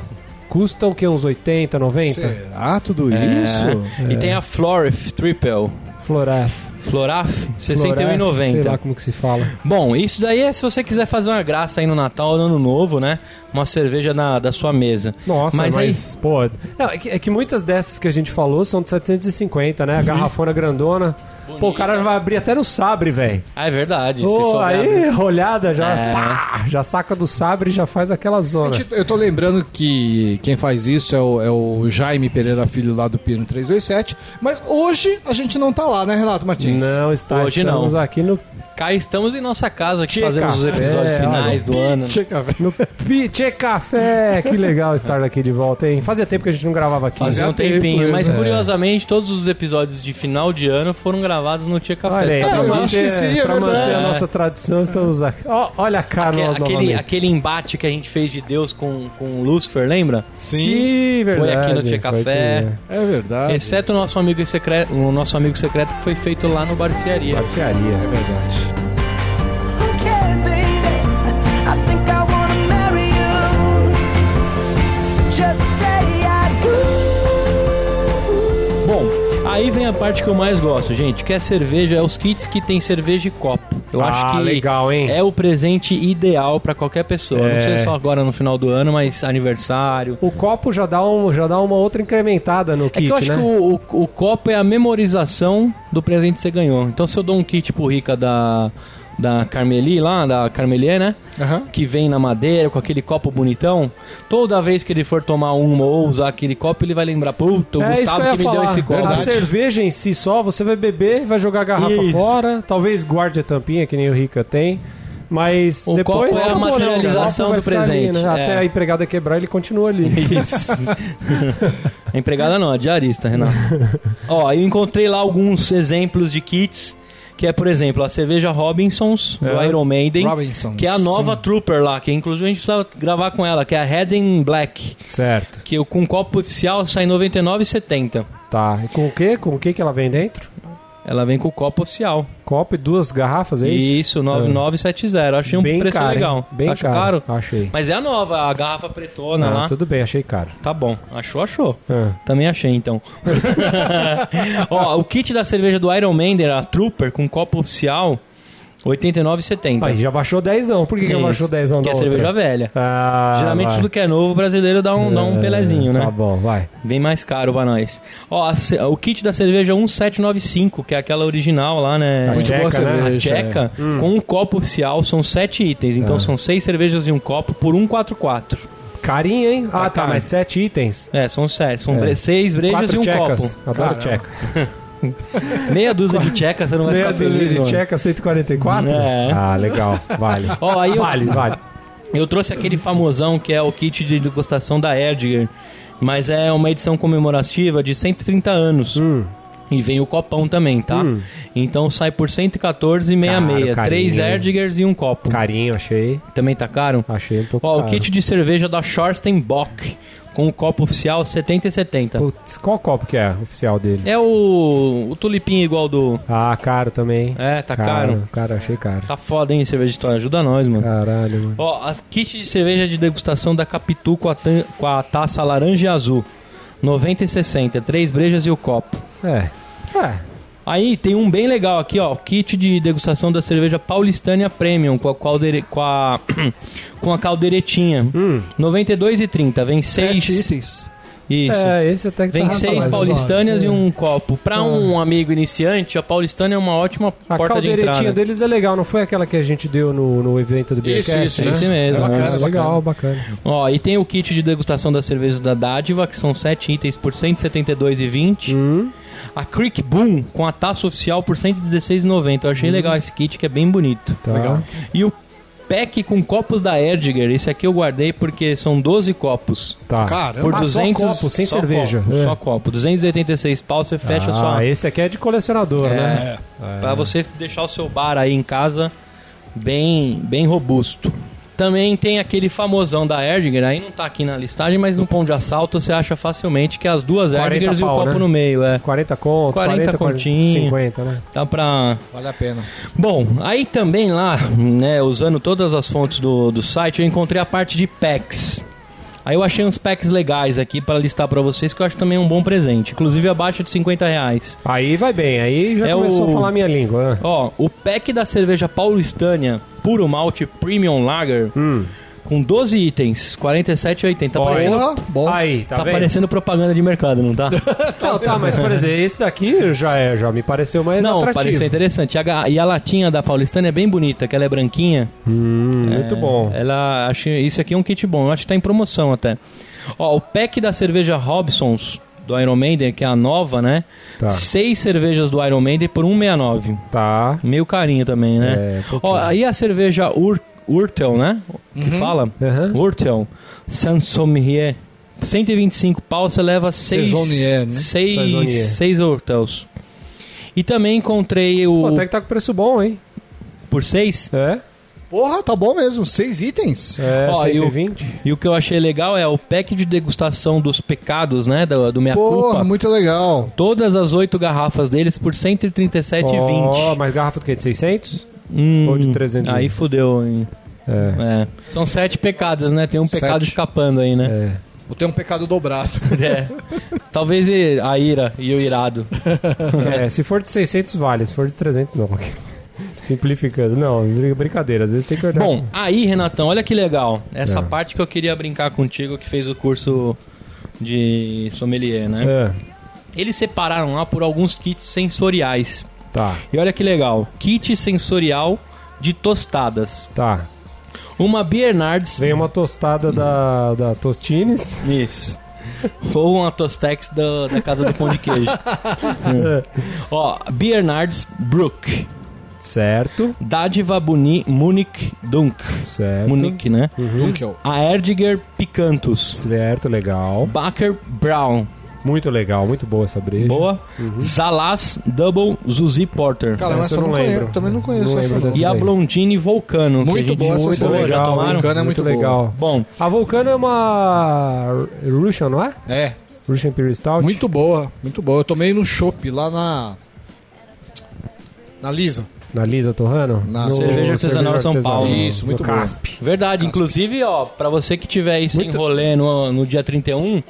S3: custa o que? Uns 80, 90?
S4: Será tudo isso?
S2: É. E tem a Florif Triple.
S4: é
S3: Floref.
S2: Floraf,
S3: Sei lá
S2: 61,90.
S3: como que se fala.
S2: Bom, isso daí é se você quiser fazer uma graça aí no Natal ou no Ano Novo, né? Uma cerveja na, da sua mesa.
S3: Nossa, mas,
S2: aí-
S3: pô... não, é, que, é que muitas dessas que a gente falou são de 750, né? A garrafona grandona. Pô, o cara vai abrir até no sabre, velho.
S2: Ah, é verdade. se
S3: Ô,
S2: souber
S3: aí,
S2: abrir.
S4: né?
S3: olhada, já,
S2: É.
S3: pá, já saca do sabre e já faz aquela zona.
S4: Gente, Eu tô lembrando que quem faz isso é o, é o Jaime Pereira Filho lá do Pino 327. Mas hoje a gente não tá lá, né, Renato Martins?
S3: Não, está,
S2: Hoje não.
S3: estamos aqui no,
S2: Cá estamos em nossa casa que
S3: Tcheca.
S2: fazemos os episódios
S3: É,
S2: finais do ano. né?
S4: Chega, velho.
S3: no Pitê Café. Que legal estar aqui de volta, hein? Fazia tempo que a gente não gravava aqui.
S4: Fazia
S2: Fazia um
S4: tempo
S2: tempinho,
S4: mesmo.
S2: mas
S4: É.
S2: curiosamente todos os episódios de final de ano foram gravados no Tia Café.
S3: Olha aí,
S2: sabe?
S4: É,
S3: pra,
S4: eu acho que
S3: manter,
S4: sim, é
S3: pra
S4: verdade.
S3: manter a
S2: É.
S3: nossa tradição, estamos aqui. Ó, olha a cara
S2: Aque-
S3: nós
S2: aquele,
S3: novamente.
S2: aquele embate que a gente fez de Deus com, com o Lucifer, lembra?
S3: Sim, verdade.
S2: aqui no Tchê Café.
S3: aqui,
S4: É verdade.
S2: Exceto o nosso amigo secreto, o nosso amigo secreto que foi feito lá no
S3: é.
S2: Barcearia.
S3: Barcearia.
S4: É verdade.
S1: Who cares, baby? I think I wanna marry you. Just say I do.
S2: Bom, aí vem a parte que eu mais gosto, gente, que é cerveja, é os kits que tem cerveja e copo. Eu
S3: Ah,
S2: acho que
S3: legal, hein?
S2: é o presente ideal pra qualquer pessoa.
S3: É.
S2: Não sei só agora no final do ano, mas aniversário.
S3: O copo já dá, um, já dá uma outra incrementada no
S2: é
S3: kit,
S2: que eu acho
S3: né?
S2: que o, o- o copo é a memorização do presente que você ganhou. Então se eu dou um kit pro Rica da, da Carmeli lá, da Carmelier, né?
S4: Aham.
S2: que vem na madeira com aquele copo bonitão, toda vez que ele for tomar uma ou usar aquele copo, ele vai lembrar, puta, o
S3: É isso
S2: Gustavo
S3: eu ia
S2: que, me deu
S3: falar.
S2: esse copo.
S3: A cerveja em si só, você vai beber, vai jogar a garrafa
S2: Isso.
S3: fora, talvez guarde a tampinha, que nem o Rica tem. Mas
S2: O
S3: depois
S2: copo é a
S3: acabou, né, cara?
S2: materialização
S3: O copo
S2: do
S3: vai ficar ali,
S2: presente,
S3: né?
S2: é.
S3: Até a empregada quebrar, ele continua ali.
S2: Isso. a empregada não, a diarista, Renato. Ó, eu encontrei lá alguns exemplos de kits, que é, por exemplo, a cerveja Robinsons, do
S3: É.
S2: Iron Maiden,
S4: Robinsons.
S2: que é a nova Trooper lá, que inclusive a gente precisava gravar com ela, que é a Red in Black,
S3: Certo.
S2: que eu- com copo oficial sai R$ 99,70.
S3: Tá. E com o quê? Com o que que ela vem dentro?
S2: Ela vem com o copo oficial.
S3: Copo e duas garrafas, é isso?
S2: Isso, 9970. Achei um preço
S3: hein?
S2: legal.
S3: Bem
S2: Acho caro.
S3: caro. Achei.
S2: Mas é a nova, a garrafa pretona
S3: Ah,
S2: lá.
S3: Tudo bem, achei caro.
S2: Tá bom. Achou, achou.
S3: Ah.
S2: Também achei, então. Ó, o kit da cerveja do Iron Mander, a Trooper, com copo oficial, 89,70.
S3: Aí já baixou dezão. Por que, que
S2: Então. Isso,
S3: baixou dezão
S2: Que
S3: da
S2: é
S3: outra?
S2: cerveja velha.
S3: Ah,
S2: Geralmente
S3: vai.
S2: tudo que é novo, o brasileiro dá um, dá um
S3: É,
S2: pelezinho, né?
S3: Tá bom, vai.
S2: Bem mais caro pra nós. Ó, a ce- o kit da cerveja 1795, que é aquela original lá, né?
S4: Muito
S3: Tcheca,
S4: boa
S3: né?
S2: A
S4: cerveja. é.
S2: tcheca, com um copo oficial, são sete itens. Então
S3: Ah.
S2: são seis cervejas e um copo por 144.
S3: Carinha, hein? Ah, tá,
S2: caro.
S3: mas sete itens.
S2: É, são sete. São
S3: É.
S2: bre- seis brejas
S3: Quatro
S2: e um
S3: tchecas.
S2: copo.
S3: Adoro
S4: Caramba.
S3: tcheca.
S2: Meia dúzia de tcheca, você não vai
S3: Meia
S2: ficar
S3: dúzia
S2: feliz.
S3: de
S2: mano.
S3: tcheca, 144?
S2: É.
S3: Ah, legal. Vale.
S2: Ó, aí eu,
S3: Vale, vale.
S2: eu trouxe aquele famosão que é o kit de degustação da Edgar. Mas é uma edição comemorativa de 130 anos.
S3: Hum.
S2: E vem o copão também, tá?
S3: Hum.
S2: Então sai por
S3: Caro,
S2: 114,66.
S3: carinho, né?
S2: Três
S3: hein?
S2: Erdgers e um copo.
S3: Carinho, achei.
S2: Também tá caro?
S3: Achei um pouco
S2: Ó, o
S3: caro.
S2: kit de cerveja da Schorstenbock, com o copo oficial 70 e 70.
S3: Putz, qual copo que é oficial deles?
S2: É o, o tulipim igual do...
S3: Ah, caro também.
S2: É, tá caro.
S3: Cara, achei caro.
S2: Tá foda, hein, cerveja de história. Ajuda nós, mano.
S3: Caralho, mano.
S2: Ó, a kit de cerveja de degustação da Capitu com a, tan- com a taça laranja e azul. 90 e 60, três brejas e o copo.
S3: É. É.
S2: Aí tem um bem legal aqui, ó. Kit de degustação da cerveja Paulistânia Premium com a, caldere, com a,
S3: Hum.
S2: com a calderetinha. 92,30. Vem
S4: Sete
S2: seis,
S4: itens.
S2: Isso.
S3: É, esse até que
S2: Vem
S3: tá É.
S2: seis
S4: mas, ó,
S2: paulistânias e um copo. Pra um amigo iniciante, a paulistana é uma ótima
S3: A
S2: porta de
S3: caldeiretinha
S2: entrada.
S3: deles é legal, não foi aquela que a gente deu no, no evento do
S4: Isso,
S3: Beercast,
S4: isso,
S3: né?
S2: isso mesmo,
S4: É bacana,
S3: Ah,
S4: bacana.
S3: legal, bacana.
S2: Ó, e tem o kit de degustação das cervejas da Dádiva, que são 7 itens por R$ 172,20.
S3: Hum?
S2: A Creek Boom com a taça oficial por R$ 116,90. Eu achei legal esse kit, que é bem bonito.
S3: Uhum. Tá.
S4: Legal.
S2: E o pack com copos da Erdiger. Esse aqui eu guardei porque são 12 copos.
S3: Tá.
S4: Cara,
S2: Por
S3: Ah, só
S2: 200,
S3: copo, sem
S2: só
S3: cerveja.
S2: copo,
S3: É.
S2: Só copo. 286 pau, você fecha
S3: ah,
S2: sua
S3: esse aqui é de colecionador, né?
S2: É, Pra você deixar o seu bar aí em casa bem, bem robusto. Também tem aquele famosão da Erdinger, aí não tá aqui na listagem, mas no pão de assalto você acha facilmente que é as duas
S3: 40
S2: Erdigers e o
S3: pau,
S2: copo
S3: né?
S2: no meio, é.
S3: 40 conto,
S2: 40
S3: 40, 40
S2: continho.
S3: 50, né?
S2: Dá pra.
S4: vale a pena.
S2: Bom, aí também lá, né, usando todas as fontes do, do site, eu encontrei a parte de packs. Aí eu achei uns packs legais aqui pra listar pra vocês, que eu acho também um bom presente. Inclusive abaixo de 50 reais.
S3: Aí vai bem, aí já
S2: É
S3: começou
S2: o-
S3: a falar a minha língua. né?
S2: Ó, o pack da cerveja paulistânia Puro Malte Premium Lager
S3: Hum.
S2: com 12 itens, 47,80. Tá
S3: Olha.
S2: parecendo,
S4: Porra, bom.
S3: Aí, tá,
S2: tá
S3: vendo?
S2: parecendo propaganda de mercado, não tá?
S3: Não, tá, mas por exemplo, esse daqui já é, já me pareceu mais
S2: não,
S3: atrativo.
S2: pareceu interessante. E a, ga- e a latinha da paulistânia é bem bonita, que ela é branquinha.
S3: Hum, muito
S2: É,
S3: bom.
S2: Ela acho isso aqui é um kit bom, eu acho que tá em promoção até. Ó, o pack da cerveja Robsons do Iron Maiden, que é a nova, né?
S3: Tá.
S2: Seis cervejas do Iron Maiden por 1,69.
S3: Tá.
S2: Meio carinho também, né?
S3: É, pouquinho.
S2: Ó, aí a cerveja Ur Urtel, né? Que fala?
S3: Aham.
S2: Urtel. Sansomier. 125 pau, você leva 6
S4: Saisonier, né?
S2: seis,
S3: Saisonier.
S2: seis Urtels. E também encontrei o...
S3: Pô, até que tá com preço bom, hein?
S2: Por 6?
S3: É?
S4: Porra, tá bom mesmo. Seis itens.
S3: É,
S2: Ó, e o-
S3: 120.
S2: E o que eu achei legal é o pack de degustação dos pecados, né? Do, do Minha
S4: Porra,
S2: Culpa.
S4: muito legal.
S2: Todas as 8 garrafas deles por 137,20.
S3: Ó, mais garrafa do que? De 600?
S2: Hum,
S3: Ou de 300.
S2: Aí fudeu, hein?
S3: É.
S2: É. São sete pecados, né? Tem um pecado
S4: Sete.
S2: escapando aí, né?
S3: É.
S4: Vou ter um pecado dobrado.
S2: É. Talvez e- a ira e o irado.
S3: É, se for de 600, vale. Se for de 300, não. Simplificando. Não, brin- brincadeira. Às vezes tem que olhar.
S2: Bom, aí, Renatão, olha que legal. Essa
S3: É.
S2: parte que eu queria brincar contigo, que fez o curso de sommelier, né?
S3: É,
S2: Eles separaram lá por alguns kits sensoriais.
S3: tá,
S2: E olha que legal. Kit sensorial de tostadas.
S3: tá.
S2: Uma Biernards...
S3: Vem uma tostada da, da Tostines.
S2: Isso. Ou uma Tostex da, da Casa do Pão de Queijo. Hum. Ó, Biernards Brook.
S3: Certo,
S2: Dádiva Buni, Munich Dunk.
S3: certo.
S2: Munich, né?
S4: Dunkel.
S2: A Erdiger Picantus.
S3: Certo, legal.
S2: Baker Brown.
S3: Muito legal, muito boa essa breja.
S2: Boa. Zalas Double Zuzi Porter.
S3: Essa
S4: Cara, mas
S3: eu
S4: eu
S3: não
S4: não
S3: lembro.
S4: conheço. Também não conheço
S3: Não
S4: essa.
S3: lembro
S4: não.
S3: dessa.
S2: E a
S3: bem.
S2: Blondine Vulcano. que
S4: Muito
S2: a gente-
S4: boa essa
S2: Muito
S4: cerveja.
S2: Já
S3: legal,
S2: tomaram?
S4: Vulcano. Vulcana é muito boa.
S3: legal.
S2: Bom,
S3: A Vulcano é uma Ru- Russian, não é?
S4: É,
S3: Russian Imperial Stout?
S4: muito boa, muito boa. Eu tomei no chopp lá na. Na Lisa.
S3: Na Lisa Torrano?
S4: Na
S3: No
S2: Cerveja Artesanal São Paulo.
S4: Isso, muito
S3: Ah, no
S4: boa.
S3: Casp.
S2: verdade. Inclusive, ó, pra você que tiver aí sem rolê no, no dia 31,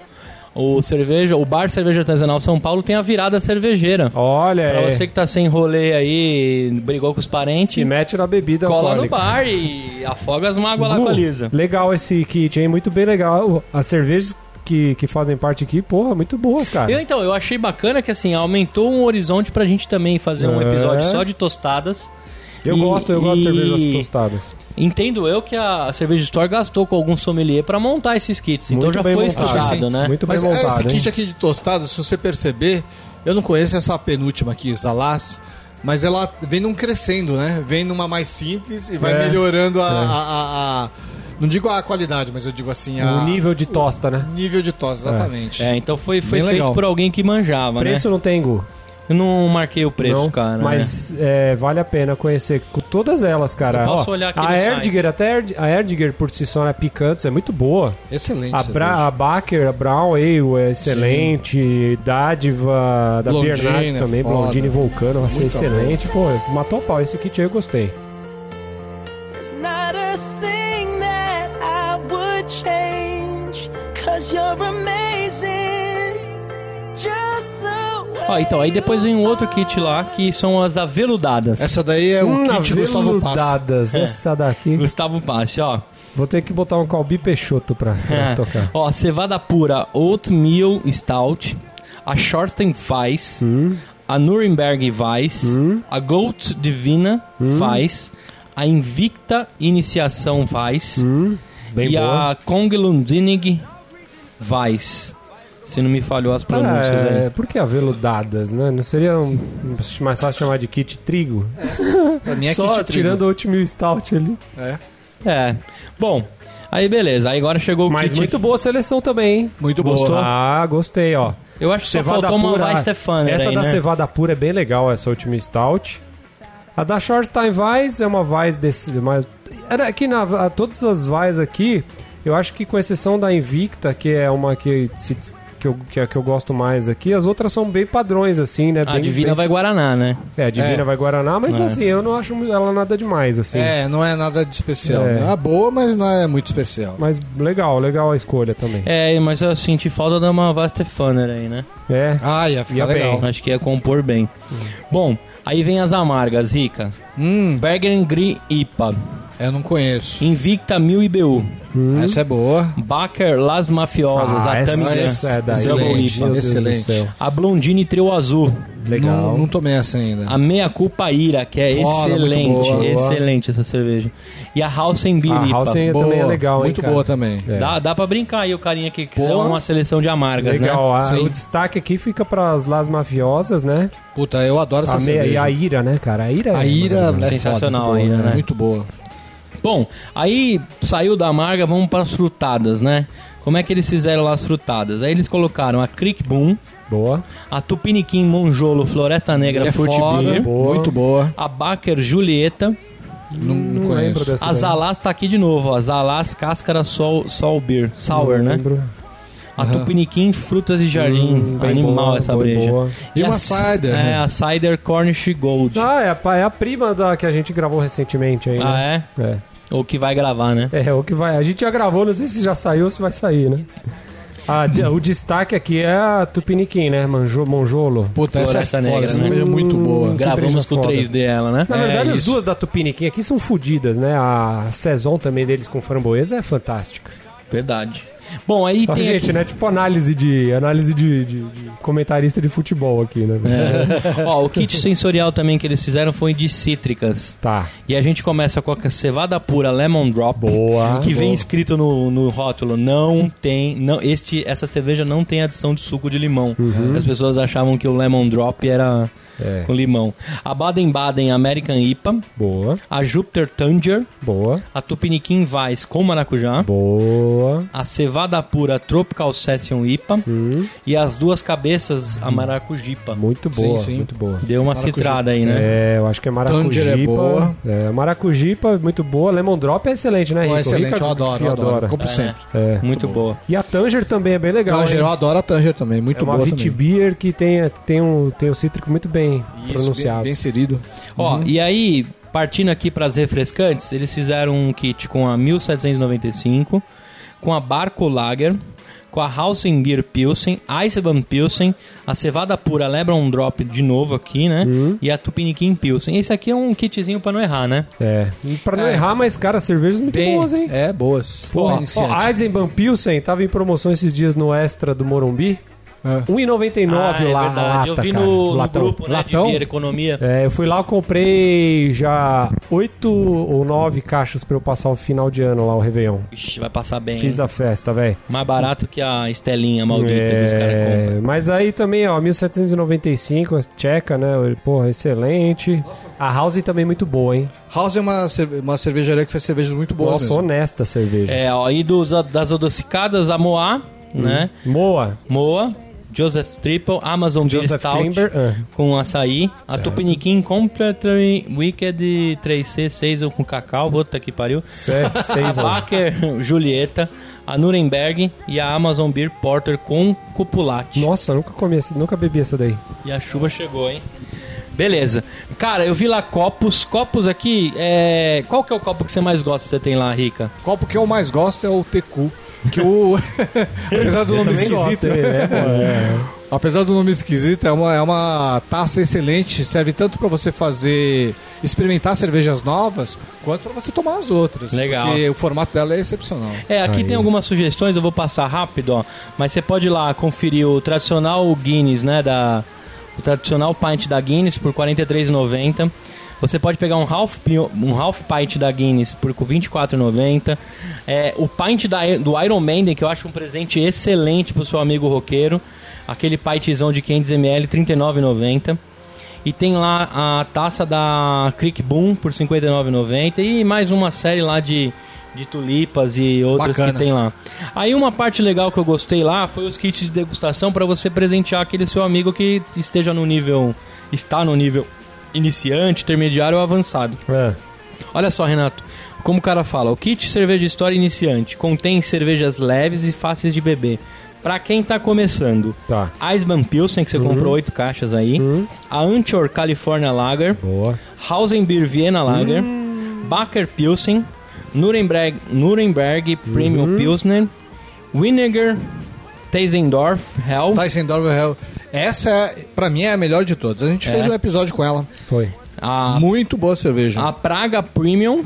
S2: o cerveja, o Bar Cerveja Artesanal São Paulo tem a virada cervejeira.
S3: Olha,
S2: Pra
S3: é.
S2: você que tá sem rolê aí, brigou com os
S3: se
S2: parentes,
S3: mete na bebida
S2: cola no
S3: alcoólica.
S2: bar e afoga as mágoas lá
S3: Uh,
S2: com a Lisa.
S3: Legal esse kit, hein? Muito bem legal. As cervejas que, que fazem parte aqui, porra, muito boas, cara.
S2: Eu, então, eu achei bacana que assim, aumentou um horizonte pra gente também fazer um
S3: É.
S2: episódio só de tostadas.
S3: Eu
S2: E-
S3: gosto, eu gosto de
S2: e-
S3: cervejas tostadas.
S2: Entendo eu que a Cerveja Store gastou com algum sommelier pra montar esses kits, então
S3: Muito
S2: já
S3: bem
S2: foi
S3: montado.
S2: estudado, né?
S3: Muito bem
S4: Mas é,
S3: montado,
S4: esse
S3: hein?
S4: kit aqui de tostado, se você perceber, eu não conheço essa penúltima aqui, Zalas, mas ela vem num crescendo, né? Vem numa mais simples e vai
S3: É.
S4: melhorando a, a- a- a- Não digo a qualidade, mas eu digo assim, a
S3: O nível de tosta, né?
S4: nível de tosse, exatamente.
S2: É, então foi, foi
S4: Bem
S2: feito
S4: legal.
S2: por alguém que manjava,
S3: Preço
S2: né?
S3: não tem, Gu.
S2: Eu não marquei o preço,
S3: não,
S2: cara. né?
S3: Mas é, vale a pena conhecer com todas elas, cara.
S2: Eu posso
S3: Ó,
S2: olhar aqui no
S3: a Erdiger, até Erd- a Erdiger por si só é picantes, é muito boa.
S4: Excelente.
S3: A,
S4: cerveja.
S3: Bra- a Baker, a Brown Ale é excelente. Dádiva, da
S4: Blondine
S3: Bernardes
S4: é
S3: também,
S4: foda.
S3: Blondine Vulcano, vai ser
S4: Muito
S3: excelente. Pô, matou o pau. Esse kit aí eu gostei.
S1: There's not a thing that I would change, cause you're amazing. Just the way
S2: Ó, então, aí depois vem um outro kit lá, que são as aveludadas.
S3: Hum,
S4: Essa daí é o kit Gustavo Passa.
S3: aveludadas, essa daqui.
S2: Gustavo Passe, ó.
S3: Vou ter que botar um Calbi Peixoto pra,
S4: É.
S3: pra tocar.
S2: Ó, cevada pura, Oatmeal Stout, a Shorsten Weiss,
S3: Hum.
S2: a Nuremberg Weiss, a Gold Divina
S3: Hum.
S2: Weiss, a Invicta Iniciação Weiss
S3: Hum, Bem
S2: e
S3: boa.
S2: a Konglundinig Weiss. Se não me falhou as pronúncias
S3: é,
S2: aí.
S3: por que aveludadas, né? Não seria um- um- mais fácil chamar de kit trigo?
S4: Pra mim é
S3: Só
S4: kit trigo.
S3: tirando o Oatmeal Stout ali.
S4: É,
S2: É. Bom, aí beleza. Aí agora chegou o
S3: Mas
S2: kit.
S3: muito boa a seleção também, hein?
S4: muito
S3: Boa.
S4: gostou.
S3: Ah, gostei, ó.
S2: Eu acho que só faltou uma Vai Stefaner
S3: Essa
S2: aí,
S3: da
S2: né?
S3: cevada pura é bem legal, essa última stout. A da Short Time Weiss é uma Weiss desse, mas era aqui na a- todas as Weiss aqui, eu acho que com exceção da Invicta, que é uma que se- que eu, que, é a que eu gosto mais aqui, as outras são bem padrões, assim, né?
S2: A
S3: Bem-
S2: Ah, Divina
S3: bem-
S2: vai Guaraná, né?
S3: É, a Divina
S4: É.
S3: vai Guaraná, mas
S2: É.
S3: assim, eu não acho ela nada demais, assim.
S4: É, não é nada de especial.
S3: É.
S4: É. Né? É boa, mas não é muito especial.
S3: Mas legal, legal a escolha também.
S2: É, mas eu senti falta da uma Vai Stefaner aí, né?
S3: É.
S4: Ah, ia ficar
S3: Ia bem.
S4: legal.
S2: Acho que ia compor bem. Bom, aí vem as amargas, Rica.
S4: Hum,
S2: Bergen Green IPA,
S4: eu não conheço.
S2: Invicta 1000 IBU,
S3: Hum.
S4: Essa é boa.
S2: Baker Las Mafiosas,
S3: Ah,
S2: a
S3: essa-
S2: Tamigan,
S3: essa é daí.
S2: Double
S4: Excelente,
S2: IPA,
S3: Meu Deus do
S4: excelente.
S3: céu.
S2: a Blondine Trio Azul,
S4: Não, não tomei essa ainda.
S2: a Meia Culpa Ira, que é
S4: Foda,
S2: excelente,
S4: muito boa.
S2: excelente essa cerveja, e a Hausen Beer
S3: A
S2: IPA.
S3: Hausen também é legal, hein,
S4: muito
S3: cara?
S4: boa também.
S3: É.
S2: Dá, dá pra brincar aí o carinha que quiser
S4: Boa.
S2: uma seleção de amargas, né?
S3: Legal, a-
S4: Sim.
S3: o destaque aqui fica para as Las Mafiosas, né?
S4: Puta, eu adoro essa
S3: A meia, e
S4: cerveja.
S3: a ira, né, cara? A ira,
S4: A ira é
S2: Sensacional a
S4: foda, muito
S2: ira,
S4: boa,
S2: né?
S4: Muito boa.
S2: né? Bom, aí saiu da amarga, vamos para as frutadas, né? Como é que eles fizeram lá as frutadas? Aí eles colocaram a Crick Boom,
S3: boa.
S2: a Tupiniquim Monjolo Floresta Negra
S4: Que é
S2: Fruit
S4: foda,
S2: Beer,
S3: Boa.
S4: muito boa.
S2: a Baker Julieta,
S4: Não, não
S3: Não Hum, lembro
S4: conheço.
S3: dessa.
S2: a Zalaz tá aqui de novo, ó, a Zalaz Cáscara Sol, Sol Beer, Sour, né? A Tupiniquim Frutas de Jardim,
S4: Hum,
S3: Hum,
S2: animal essa breja.
S4: E uma
S2: a-
S4: cider,
S2: É,
S4: né?
S2: a Cider Cornish Gold.
S3: Ah, é a, pa- é a prima da que a gente gravou recentemente aí,
S2: ah,
S3: né?
S2: é?
S3: É.
S2: Ou que vai gravar, né?
S3: É, o que vai. A gente já gravou, não sei se já saiu ou se vai sair, né? Ah, de- o destaque aqui é a Tupiniquim, né? Manjo, Monjolo.
S4: Puta, essa é
S2: Floresta
S4: foda,
S2: Negra,
S4: essa
S2: né?
S4: cerveja é muito
S3: Hum.
S4: boa.
S3: Que
S2: Gravamos
S3: breja
S2: com
S3: foda.
S2: 3D ela, né?
S3: Na
S4: É,
S3: verdade, as
S4: isso.
S3: duas da Tupiniquim aqui são fodidas, né? A Saison também deles com framboesa é fantástica.
S2: Verdade. Bom, aí
S3: Ó,
S2: tem
S3: gente,
S2: aqui-
S3: né? Tipo análise de análise de, de- de comentarista de futebol aqui, né?
S4: É.
S2: Ó, o kit sensorial também que eles fizeram foi de cítricas.
S3: Tá.
S2: E a gente começa com a cevada pura Lemon Drop.
S3: Boa.
S2: Que vem
S3: Boa.
S2: escrito no, no rótulo, não tem, não, este, essa cerveja não tem adição de suco de limão. As pessoas achavam que o Lemon Drop era
S3: Uhum. É.
S2: com limão. A Baden Baden American IPA,
S3: Boa,
S2: a Jupiter Tanger,
S3: boa,
S2: a Tupiniquim Vice com maracujá,
S3: boa.
S2: a cevada pura Tropical Session IPA
S3: Hum,
S2: e as duas
S3: Uhum.
S2: cabeças a maracujipa.
S3: muito
S4: Sim,
S3: boa,
S4: sim.
S3: muito boa.
S2: Deu uma
S4: Maracujá.
S2: citrada aí, né?
S3: É, eu acho que é maracujipa.
S4: Tanger é boa.
S3: É, maracujipa, muito boa. Lemon Drop é excelente, né,
S4: Pô,
S3: Rico?
S4: excelente,
S3: Rica,
S4: eu adoro, eu
S3: que
S4: adoro.
S3: adora.
S4: Compro
S2: É,
S4: sempre.
S3: É.
S2: Muito boa.
S3: E a Tanger também é bem legal,
S4: Tanger, eu
S3: hein?
S4: adoro a Tanger também, muito
S3: É uma
S4: boa também.
S3: Vitbeer que tem, tem, um, tem um cítrico muito bem
S4: Isso, bem,
S3: pronunciado.
S4: bem inserido.
S2: Ó,
S3: Uhum.
S2: e aí, partindo aqui para as refrescantes, eles fizeram um kit com a 1795, com a Barco Lager, com a Hausenbier Pilsen, a Eisenbahn Pilsen, a Cevada Pura Lebron Drop de novo aqui, né?
S3: Uhum.
S2: E a Tupiniquim Pilsen. Esse aqui é um kitzinho para não errar, né?
S3: É. E pra não
S4: É.
S3: errar, mas, cara, cervejas muito
S4: Bem,
S3: boas, hein?
S4: É, boas.
S3: Pô,
S4: Bem
S3: ó,
S4: iniciante.
S3: Eisenbahn Pilsen tava em promoção esses dias no Extra do Morumbi.
S4: É.
S3: 1,99
S2: Ah, é
S3: lá. a
S2: verdade.
S3: lata,
S2: Eu vi
S3: cara.
S2: no, no
S3: Latão.
S2: grupo né,
S4: Latão?
S2: de Beer Economia.
S3: É, eu fui lá, eu comprei já oito ou nove caixas pra eu passar o final de ano lá, o Réveillon.
S2: Ixi, vai passar bem.
S3: Fiz
S2: hein?
S3: a É. festa, velho.
S2: Mais barato que a Estelinha maldita que os caras compram.
S3: mas aí também, ó, 1795, a tcheca, né? Porra, excelente. A House também muito boa, hein?
S4: House é uma, cerve- uma cervejaria que faz cervejas muito boas
S3: Nossa, né?
S4: mesmo.
S3: honesta a cerveja.
S2: É, ó, e dos, das adocicadas, a Moá, né?
S3: Moa,
S2: Moa, Joseph Triple, Amazon Beer
S3: Joseph
S2: Stout
S3: Timber. ah.
S2: com açaí, a Tupiniquim Completary Wicked 3C 6 ou com cacau, puta que pariu.
S3: Sete,
S2: A
S3: seis, ó.
S2: Baker Julieta, a Nuremberg e a Amazon Beer Porter com cupulate.
S3: Nossa, nunca comi essa, nunca bebi essa daí.
S2: E a chuva chegou, hein? Beleza. Cara, eu vi lá copos. Copos aqui, é... qual que é o copo que você mais gosta que você tem lá, Rica?
S4: Copo que eu mais gosto é o TQ. Que o. Apesar do nome
S3: também
S4: esquisito. né?
S3: gosto, é, né?
S4: Apesar do nome esquisito, é uma, é uma taça excelente. Serve tanto para você fazer. experimentar cervejas novas, quanto para você tomar as outras.
S2: Legal.
S4: Porque o formato dela é excepcional.
S2: É, aqui
S3: Aí.
S2: tem algumas sugestões, eu vou passar rápido, ó. Mas você pode ir lá conferir o tradicional Guinness, né? Da, o tradicional pint da Guinness por R$ 43,90. Você pode pegar um half, pi- um half pint da Guinness por R$ 24,90. É, o pint da, do Iron Maiden, que eu acho um presente excelente pro seu amigo roqueiro. Aquele pintzão de 500ml, R$ 39,90. E tem lá a taça da Crick Boom por R$ 59,90. E mais uma série lá de, de tulipas e outras
S4: Bacana.
S2: que tem lá. Aí uma parte legal que eu gostei lá foi os kits de degustação para você presentear aquele seu amigo que esteja no nível. está no nível iniciante, intermediário ou avançado.
S3: É.
S2: Olha só, Renato. Como o cara fala, o kit cerveja história iniciante contém cervejas leves e fáceis de beber. Para quem tá começando,
S3: Tá.
S2: Iceman Pilsen, que você comprou oito caixas aí.
S3: Uhum.
S2: A Anchor California Lager.
S3: Boa.
S2: Hausenbier Vienna Lager. Baker Pilsen. Nuremberg, Nuremberg Premium Pilsner. Winiger Teisendorf Hell.
S4: Tyson Dorval Hell. Essa, é, pra mim, é a melhor de todas. A gente fez um episódio com ela.
S3: Foi. Ah.
S2: A,
S4: Muito boa cerveja.
S2: a Praga Premium.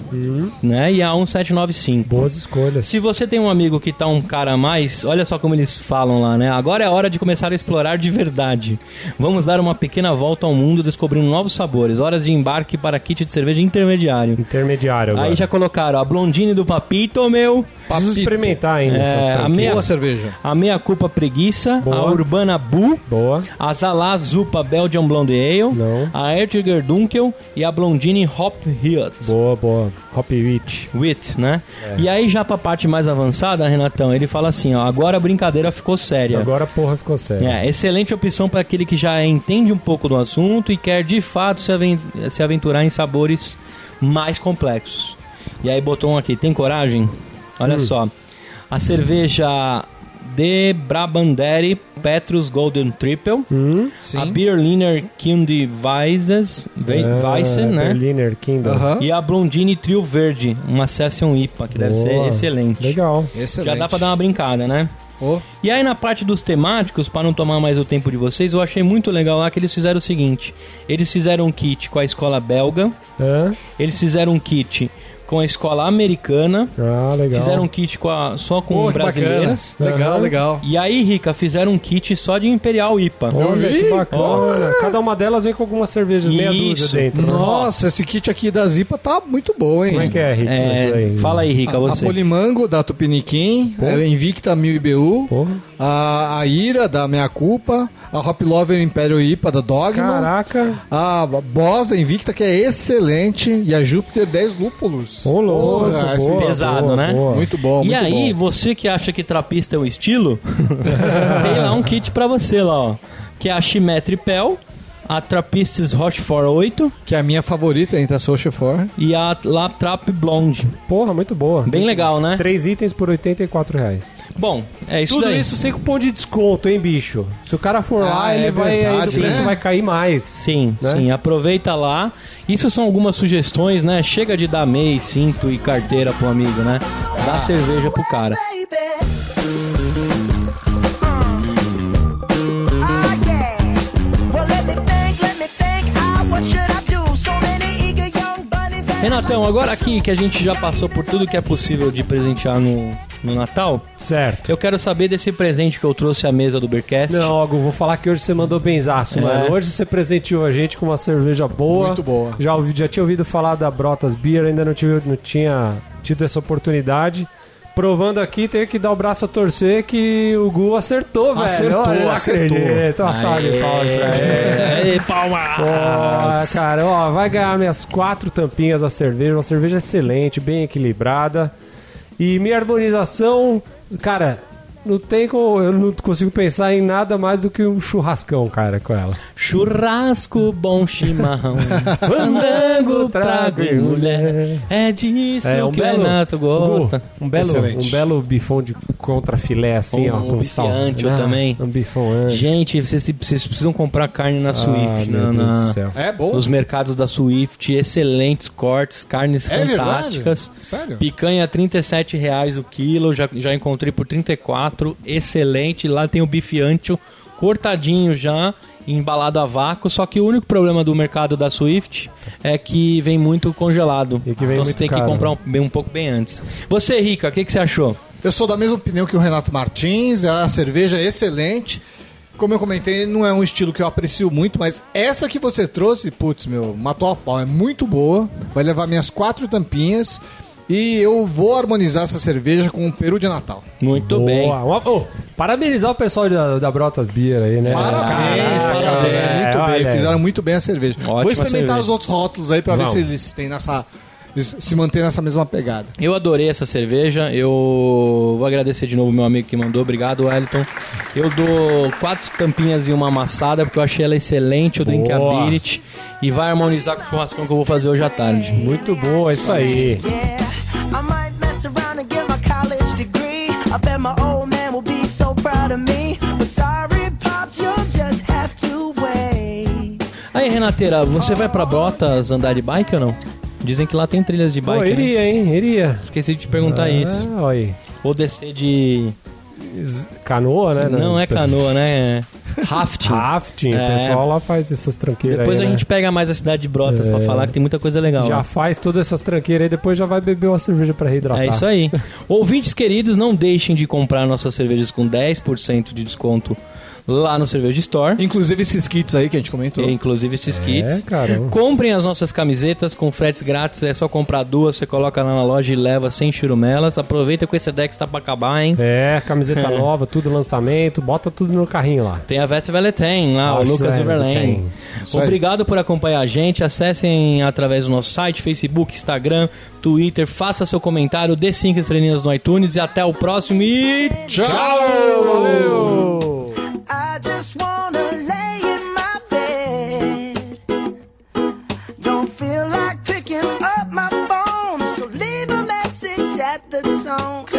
S2: Né, e a 1795.
S3: Boas escolhas.
S2: Se você tem um amigo que tá um cara a mais, olha só como eles falam lá, né? Agora é a hora de começar a explorar de verdade. Vamos dar uma pequena volta ao mundo descobrindo novos sabores. Horas de embarque para kit de cerveja intermediário.
S3: Intermediário agora.
S2: Aí já colocaram a blondine do papito, meu.
S3: Preciso
S4: Papito.
S3: experimentar ainda.
S2: É,
S3: essa
S2: a
S3: franquia.
S4: Boa
S2: meia-
S4: cerveja.
S2: A meia culpa preguiça. A
S3: Boa.
S2: urbana bu.
S3: Boa.
S2: A Zalá Zupa Belgian Blonde Ale.
S3: Não.
S2: A Erdiger Dunkel. E a blondine Hop Hilt.
S3: Boa, É. boa. Hop Witch.
S2: Wit, né? E aí já pra parte mais avançada, Renatão, ele fala assim, ó, agora a brincadeira ficou séria.
S3: Agora a porra ficou séria.
S2: É, excelente opção para aquele que já entende um pouco do assunto e quer de fato se, aven- se aventurar em sabores mais complexos. E aí botou um aqui, tem coragem?
S3: Hum.
S2: Olha só. A cerveja de Brabanderi Petrus Golden Triple,
S3: Hum?
S2: a Berliner Kind Weises, Ve-
S3: Ah,
S2: Weissen, né?
S3: É, Berliner Kindle.
S4: Aham.
S2: E a Blondine Trio Verde, uma Session IPA, que deve
S3: Boa.
S2: ser excelente.
S3: Legal.
S4: Excelente.
S2: Já dá pra dar uma brincada, né?
S4: Ô,
S2: E aí na parte dos temáticos, para não tomar mais o tempo de vocês, eu achei muito legal lá que eles fizeram o seguinte: eles fizeram um kit com a escola belga,
S3: Hã?
S2: eles fizeram um kit com a escola americana,
S3: Ah, legal.
S2: fizeram um kit com a- só com
S4: pô, que bacana.
S2: brasileiras.
S4: Legal,
S3: Aham.
S4: legal.
S2: E aí, Rica, fizeram um kit só de Imperial IPA.
S3: Olha,
S4: vi.
S3: que bacana. Cada uma delas vem com algumas cervejas meia dúzia
S2: Isso.
S3: dentro. né?
S4: Nossa, esse kit aqui da Zipa tá muito bom, hein?
S3: Como é que é, Rick?
S2: É,
S3: isso aí?
S2: fala aí, Rica,
S4: né, A, a
S2: você.
S4: Polimango da Tupiniquim, a Invicta 1000 IBU,
S3: Porra.
S4: a, a Ira da Meia Culpa, a Hop Lover Império IPA da Dogma,
S3: Caraca.
S4: a Boss da Invicta, que é excelente, e a Júpiter 10 Lúpulos.
S3: Ô, louco.
S4: Porra, esse-
S3: boa,
S2: pesado,
S3: boa,
S2: né?
S3: boa.
S4: Muito bom,
S2: e
S4: muito
S2: aí,
S4: bom.
S2: você que acha que trapista é o estilo, tem lá um kit pra você lá, ó. Que é a Chimetri Pel, a Trapistes Rochefort 8
S4: Que é a minha favorita entre a Social For.
S2: e a La Trap Blonde.
S3: Porra, muito boa.
S2: Bem legal, né?
S3: Três itens por 84 reais.
S2: Bom, é isso
S3: Tudo
S2: daí.
S3: isso sem cupom de desconto, hein, bicho? Se o cara for
S4: Ah,
S3: lá,
S4: é
S3: ele vai.
S4: verdade,
S3: aí o preço
S4: né?
S3: vai cair mais.
S2: Sim,
S3: né?
S2: sim, aproveita lá. Isso são algumas sugestões, né? Chega de dar MEI, cinto e carteira pro amigo, né?
S3: Ah.
S2: Dá cerveja pro cara.
S1: Baby. Ah, yeah. Well, let me think, let me think. Ah, what should I do? So many eager young bunnies that
S2: Renatão, agora aqui que a gente já passou por tudo que é possível de presentear no, no Natal,
S3: Certo.
S2: eu quero saber desse presente que eu trouxe à mesa do Beercast.
S3: Não, Algo, vou falar que hoje você mandou benzaço,
S2: É.
S3: mano. Hoje você presenteou a gente com uma cerveja boa.
S4: Muito boa.
S3: Já, ouvi- já tinha ouvido falar da Brotas Beer, ainda não, tive, não tinha tido essa oportunidade. Provando aqui, tenho que dar o braço a torcer que o Gu acertou, velho.
S4: Acertou,
S3: Olha, não
S4: acertou.
S3: acredito. Uma salva de palmas pra ele.
S2: Aê, palmas!
S3: Ó, Ah, cara, ó, vai ganhar minhas quatro tampinhas da cerveja. Uma cerveja excelente, bem equilibrada. E minha harmonização, cara, não tem como. Eu não consigo pensar em nada mais do que um churrascão, cara, com ela.
S2: Churrasco, bom chimarrão, fandango, trago e mulher. É disso que o Renato gosta.
S3: Um belo,
S4: Excelente.
S3: um belo bifão de contrafilé, assim,
S2: Um
S3: ó, com sal.
S2: bife ancho também.
S3: Um bifão ancho.
S2: Gente, vocês, vocês precisam comprar carne na Swift,
S3: meu
S2: na-
S3: Deus
S2: na-
S3: do céu.
S4: É bom.
S2: nos mercados da Swift. Excelentes cortes, carnes
S4: É
S2: fantásticas.
S4: verdade? Sério?
S2: Picanha R$ 37 reais o quilo, já, já encontrei por 34, excelente. Lá tem o bife ancho cortadinho já, embalado a vácuo. Só que o único problema do mercado da Swift é que vem muito congelado.
S3: E que vem
S2: então você
S3: muito
S2: tem que
S3: caro. né?
S2: comprar um, bem, um pouco bem antes. Você, Rica, o que, que você achou?
S4: Eu sou da mesma opinião que o Renato Martins, a cerveja é excelente. Como eu comentei, não é um estilo que eu aprecio muito, mas essa que você trouxe, putz, meu, matou a pau. É muito boa, vai levar minhas quatro tampinhas e eu vou harmonizar essa cerveja com o peru de Natal.
S2: Muito
S3: Boa.
S2: bem.
S3: Uma- ô, parabenizar o pessoal da, da Brotas Beer aí, né?
S4: Parabéns,
S3: Caraca,
S4: parabéns,
S3: é,
S4: muito
S3: olha
S4: bem,
S3: aí.
S4: fizeram muito bem a cerveja. vou
S2: Ótima
S4: experimentar
S2: cerveja.
S4: os outros rótulos aí pra ver
S3: Vamos.
S4: se eles têm nessa. eles se mantêm nessa mesma pegada.
S2: Eu adorei essa cerveja. Eu vou agradecer de novo meu amigo que mandou. Obrigado, Wellington. Eu dou quatro tampinhas e uma amassada, porque eu achei ela excelente, o drinkability. E vai harmonizar com o churrascão que eu vou fazer hoje à tarde.
S3: Muito bom, é isso aí.
S1: Yeah, I might mess around and get my college degree. I bet my old man will be so proud of me. But sorry, pops, you'll just have to wait.
S2: Aí, Renateira, você vai pra Brotas andar de bike ou não? Dizem que lá tem trilhas de
S3: Pô,
S2: bike. né?
S3: iria, hein? Iria.
S2: Esqueci de te perguntar
S3: Ah,
S2: Tá isso.
S3: Olha
S2: Ou descer de.
S3: aí. Z- Canoa, né?
S2: Não é
S3: Espe-
S2: canoa, né? É Rafting.
S3: Rafting, o
S2: É.
S3: pessoal lá faz essas tranqueiras
S2: Depois
S3: aí,
S2: a
S3: né?
S2: gente pega mais a cidade de Brotas pra
S3: É.
S2: falar que tem muita coisa legal.
S3: Já
S2: lá.
S3: faz todas essas tranqueiras aí, depois já vai beber uma cerveja pra reidratar.
S2: É isso aí. Ouvintes queridos, não deixem de comprar nossas cervejas com 10% de desconto lá no Cerveja Store.
S4: Inclusive esses kits aí que a gente comentou.
S2: Inclusive esses
S3: É,
S2: kits.
S3: cara.
S2: Comprem as nossas camisetas com fretes grátis. É só comprar duas, você coloca lá na loja e leva sem churumelas. Aproveita que esse Dex tá pra acabar, hein?
S3: É, camiseta nova, tudo lançamento, bota tudo no carrinho lá.
S2: Tem a Veste Veletem lá,
S3: Ah,
S2: o
S3: isso
S2: Lucas
S3: é,
S2: Uberlen.
S3: tem.
S4: Isso aí.
S2: Obrigado por acompanhar a gente. Acessem através do nosso site, Facebook, Instagram, Twitter. Faça seu comentário, dê cinco estrelinhas no iTunes e até o próximo e...
S4: Tchau!
S1: I just wanna lay in my bed. Don't feel like picking up my phone, so leave a message at the tone.